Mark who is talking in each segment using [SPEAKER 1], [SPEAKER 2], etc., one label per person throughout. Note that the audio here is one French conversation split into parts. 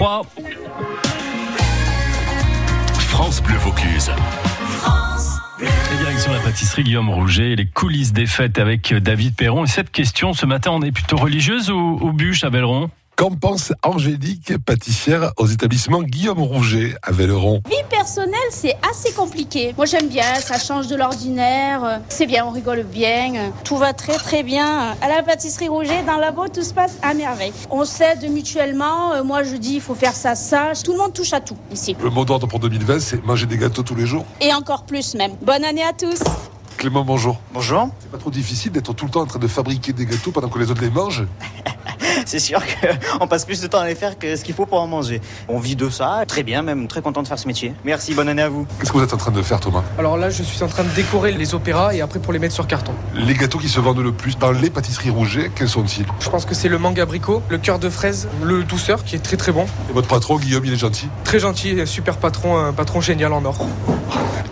[SPEAKER 1] moi.
[SPEAKER 2] France Bleu Vaucluse.
[SPEAKER 1] Et direction la pâtisserie Guillaume Rouget, les coulisses des fêtes avec euh, David Perron. Et cette question, ce matin, on est plutôt religieuse ou, ou bûche à Belleron
[SPEAKER 3] Qu'en pense Angélique, pâtissière aux établissements Guillaume Rouget à Velleron
[SPEAKER 4] Vie personnelle, c'est assez compliqué. Moi, j'aime bien, ça change de l'ordinaire. euh, C'est bien, on rigole bien. euh, Tout va très, très bien. À la pâtisserie Rouget, dans la boîte, tout se passe à merveille. On s'aide mutuellement. euh, Moi, je dis, il faut faire ça, ça. Tout le monde touche à tout ici.
[SPEAKER 3] Le mot d'ordre pour 2020, c'est manger des gâteaux tous les jours.
[SPEAKER 4] Et encore plus même. Bonne année à tous.
[SPEAKER 3] Clément, bonjour.
[SPEAKER 5] Bonjour,
[SPEAKER 3] C'est pas trop difficile d'être tout le temps en train de fabriquer des gâteaux pendant que les autres les mangent
[SPEAKER 5] c'est sûr qu'on passe plus de temps à les faire que ce qu'il faut pour en manger. On vit de ça, très bien même, très content de faire ce métier. Merci, bonne année à vous.
[SPEAKER 3] Qu'est-ce que vous êtes en train de faire, Thomas
[SPEAKER 6] Alors là, je suis en train de décorer les opéras et après pour les mettre sur carton.
[SPEAKER 3] Les gâteaux qui se vendent le plus dans les pâtisseries Rouget, quels sont-ils
[SPEAKER 6] Je pense que c'est le mangue abricot, le cœur de fraise, le douceur qui est très très bon.
[SPEAKER 3] Et Votre patron, Guillaume, il est gentil.
[SPEAKER 6] Très gentil, et super patron, un patron génial en or.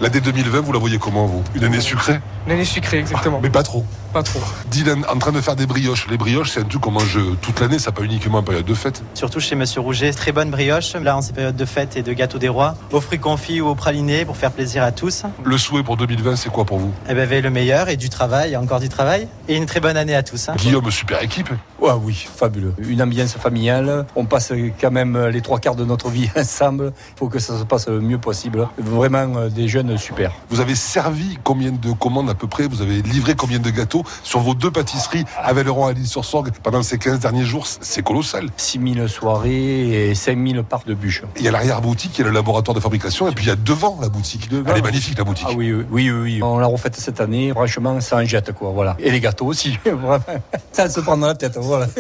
[SPEAKER 3] L'année 2020, vous la voyez comment, vous Une année sucrée
[SPEAKER 6] Une année sucrée, exactement.
[SPEAKER 3] Ah, Mais pas trop.
[SPEAKER 6] Pas trop.
[SPEAKER 3] Dylan, en train de faire des brioches. Les brioches, c'est un truc qu'on mange toute l'année, ça pas uniquement en période de fête.
[SPEAKER 7] Surtout chez Monsieur Rouget, très bonne brioche, là en ces périodes de fête et de gâteau des rois, aux fruits confits ou aux pralinés pour faire plaisir à tous.
[SPEAKER 3] Le souhait pour 2020, c'est quoi pour vous
[SPEAKER 7] Eh ben, veille le meilleur et du travail, et encore du travail. Et une très bonne année à tous. hein.
[SPEAKER 3] Guillaume, super équipe.
[SPEAKER 8] Ouais, Ah oui, fabuleux. Une ambiance familiale. On passe quand même les trois quarts de notre vie ensemble. Il faut que ça se passe le mieux possible. Vraiment euh, des jeunes super.
[SPEAKER 3] Vous avez servi combien de commandes à peu près Vous avez livré combien de gâteaux sur vos deux pâtisseries à Velleron et à l'Île-sur-Sorgue pendant ces 15 derniers jours C'est colossal.
[SPEAKER 8] 6000 soirées et 5000 parts de bûches.
[SPEAKER 3] Il y a l'arrière-boutique, il y a le laboratoire de fabrication, et puis il y a devant la boutique.
[SPEAKER 8] Devant.
[SPEAKER 3] Elle est magnifique, la boutique.
[SPEAKER 8] Ah oui, oui, oui, oui. On l'a refaite cette année. Franchement, ça en jette, quoi. Voilà. Et les gâteaux aussi. Vraiment. Ça se prend dans la tête. Voilà.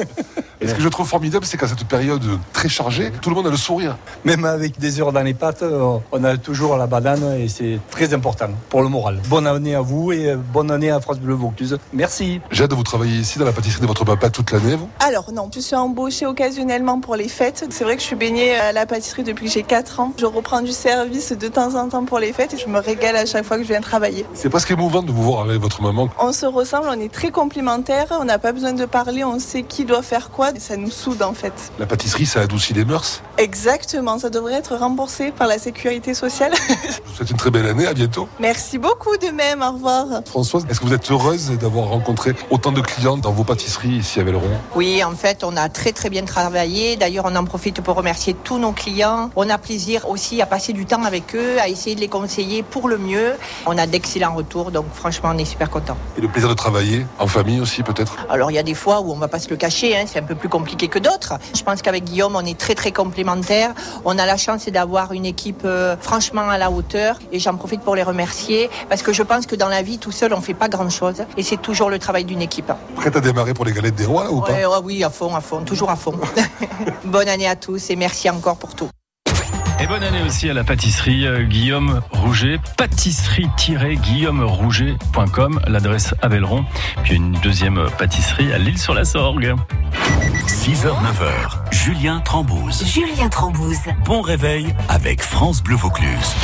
[SPEAKER 3] Et ce que je trouve formidable, c'est qu'à cette période très chargée, tout le monde a le sourire.
[SPEAKER 8] Même avec des heures dans les pattes, euh, on a toujours la banane et c'est très important pour le moral. Bonne année à vous et euh, bonne année à France Bleu Vaucluse. Merci.
[SPEAKER 3] J'ai hâte de vous travailler ici dans la pâtisserie de votre papa toute l'année, vous
[SPEAKER 9] Alors non, je suis embauchée occasionnellement pour les fêtes. C'est vrai que je suis baignée à la pâtisserie depuis que j'ai 4 ans. Je reprends du service de temps en temps pour les fêtes et je me régale à chaque fois que je viens travailler.
[SPEAKER 3] C'est presque émouvant de vous voir avec votre maman.
[SPEAKER 9] On se ressemble, on est très complémentaires, on n'a pas besoin de parler, on sait qui doit faire quoi et ça nous soude en fait.
[SPEAKER 3] La pâtisserie, ça adoucit les mœurs.
[SPEAKER 9] Exactement, ça devrait être remboursé par la sécurité sociale.
[SPEAKER 3] Je vous souhaite une très belle année, à bientôt.
[SPEAKER 9] Merci beaucoup de même, au revoir.
[SPEAKER 3] Françoise, est-ce que vous êtes heureuse d'avoir rencontré autant de clients dans vos pâtisseries ici à Velleron
[SPEAKER 10] Oui, en fait, on a très très bien travaillé. D'ailleurs, on en profite pour remercier tous nos clients. On a plaisir aussi à passer du temps avec eux, à essayer de les conseiller pour le mieux. On a d'excellents retours, donc franchement, on est super contents.
[SPEAKER 3] Et le plaisir de travailler, en famille aussi peut-être
[SPEAKER 10] Alors, il y a des fois où on va pas se le cacher, hein, c'est un peu plus compliqué que d'autres. Je pense qu'avec Guillaume, on est très très complémentaires. On a la chance d'avoir une équipe euh, franchement à la hauteur et j'en profite pour les remercier parce que je pense que dans la vie, tout seul, on fait pas grand-chose et c'est toujours le travail d'une équipe.
[SPEAKER 3] Prête à démarrer pour les galettes des rois là, ou pas
[SPEAKER 10] Ouais, ouais, oui, à fond, à fond, toujours à fond. Bonne année à tous et merci encore pour tout.
[SPEAKER 1] Et bonne année aussi à la pâtisserie euh, Guillaume Rouget, pâtisserie-guillaumerouget.com, l'adresse à Belleron. Puis une deuxième pâtisserie à l'île-sur-la-Sorgue.
[SPEAKER 2] 6h, 9h, Julien Trembouze.
[SPEAKER 11] Julien Trembouze.
[SPEAKER 2] Bon réveil avec France Bleu Vaucluse.